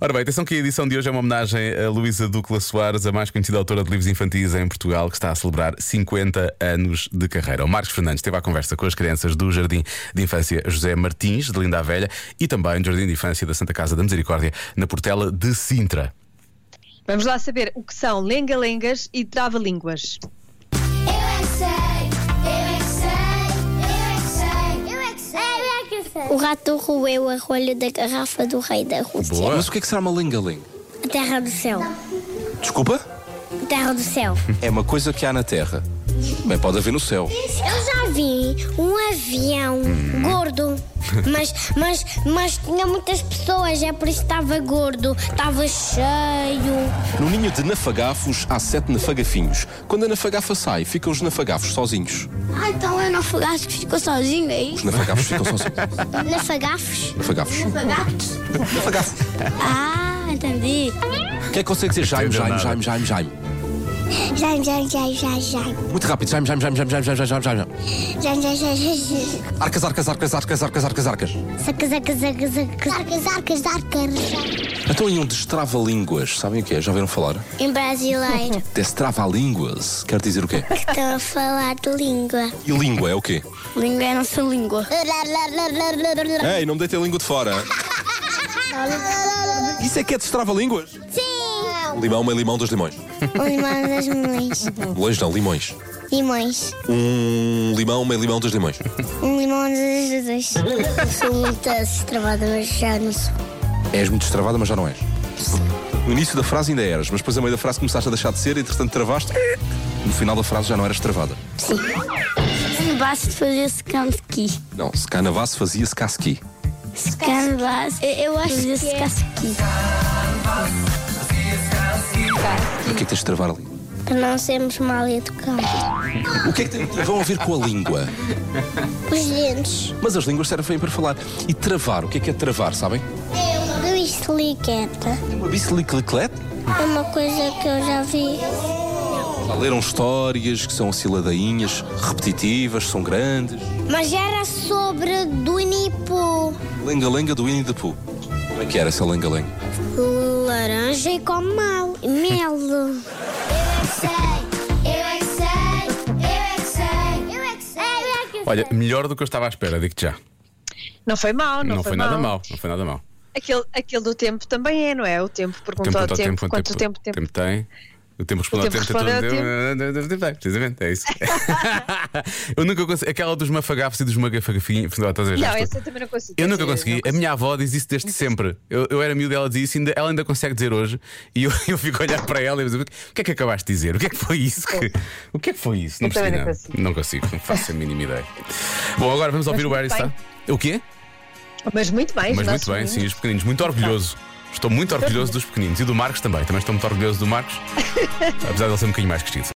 Ora bem, atenção que a edição de hoje é uma homenagem a Luísa Ducla Soares, a mais conhecida autora de livros infantis em Portugal, que está a celebrar 50 anos de carreira. O Marcos Fernandes teve a conversa com as crianças do Jardim de Infância José Martins, de Linda a Velha, e também do Jardim de Infância da Santa Casa da Misericórdia, na Portela de Sintra. Vamos lá saber o que são lenga-lengas e trava-línguas. Eu é que sei, eu é que sei, eu é que sei, eu é que sei, eu é que sei, eu é que sei. O rato roeu a rolha da garrafa do rei da Rússia. Boa. Mas o que é que será uma lingaling? A terra do céu. Desculpa? A terra do céu. É uma coisa que há na Terra. Bem, pode haver no céu. Eu já vi um avião gordo, mas, mas, mas tinha muitas pessoas, é por isso que estava gordo, estava cheio. No ninho de nafagafos há sete nafagafinhos. Quando a nafagafa sai, ficam os nafagafos sozinhos. Ah, então eu não fagaço que ficou sozinho é aí? Os nafagafos ficam sozinhos. Na fagafos? Nafagafos. Nafagafos. Ah, entendi. O que é que consegue dizer? Jaime, Entendeu Jaime, nada. Jaime, Jaime, Jaime. Já, já, já, já, já. Muito rápido. Jaime, Jaime, Jaime, Jaime, Jaime, Jaime, Jaime, Jaime. Já, já, já, já, já. Arcas, arcas, arcas, arcas, arcas, arcas, arcas. Sacas, sacas, sacas, sacas. Arcas, arcas, arcas. Então em um destrava-línguas, sabem o que é? Já ouviram falar? Em brasileiro, Destrava-línguas quer dizer o quê? que estão a falar de língua. E língua é o quê? Língua é a nossa língua. Ei, não me deitem a língua de fora. Isso é que é destrava-línguas? Sim! Limão, meio limão, dois limões. Um limão das melões. Leis não, limões. Limões. Um limão, meio limão, dois limões. Um limão das Jesus. Eu sou muito estravada, mas já não sou. És muito destravada, mas já não és. No início da frase ainda eras, mas depois a meio da frase começaste a deixar de ser e entretanto travaste. No final da frase já não eras travada. Basta fazer secante Não, se canavasse fazia-se casqui. Canvas. Eu acho que é. O que é que tens de travar ali? Para não sermos mal educados. O que é que tem... vão ouvir com a língua? Os dentes. Mas as línguas servem para falar. E travar, o que é que é travar, sabem? É uma bicicleta. Uma bicicliclete? É uma coisa que eu já vi. Já Leram histórias que são assim ladainhas, repetitivas, são grandes. Mas era sobre do Nipo. Lenga-lenga do Winnie the Pooh. Como é que era essa lenga-lenga? Laranja e com mal. Mel. Eu é que sei, eu é que sei, eu é que sei, eu é que sei. Olha, melhor do que eu estava à espera, digo-te já. Não foi mal, não, Não, foi nada mau. mal, não foi nada mal. Aquele, aquele do tempo também é, não é? O tempo perguntou Tempo ao quanto tempo, quanto tempo, tempo. tempo tem. O tempo responde O tempo ao responde tempo. ao tem todo- tem, Precisamente, é isso. eu nunca consegui. Aquela dos mafagafos e dos magafagafinhos. Não, estás a ver, já Não, estou- essa eu também não consigo. Eu nunca dizer, consegui. não A minha avó diz isso desde sempre. Eu, eu era miúdo, ela dizia isso, ainda, ela ainda consegue dizer hoje. E eu, eu fico a olhar para ela e dizer: O que o que é que acabaste de dizer? O que é que foi isso? que- o que é que foi isso? Não Eu também percebi não nada. consigo. Não consigo, não faço a mínima ideia. Bom, agora vamos ouvir o muito Barry bem. Star. O quê? Mas muito bem, os Mas nossos muito bem, meninos. sim, os pequeninos. Muito orgulhoso. Estou muito orgulhoso dos pequeninos e do Marcos também. Também estou muito orgulhoso do Marcos, apesar de ele ser um bocadinho mais crescido.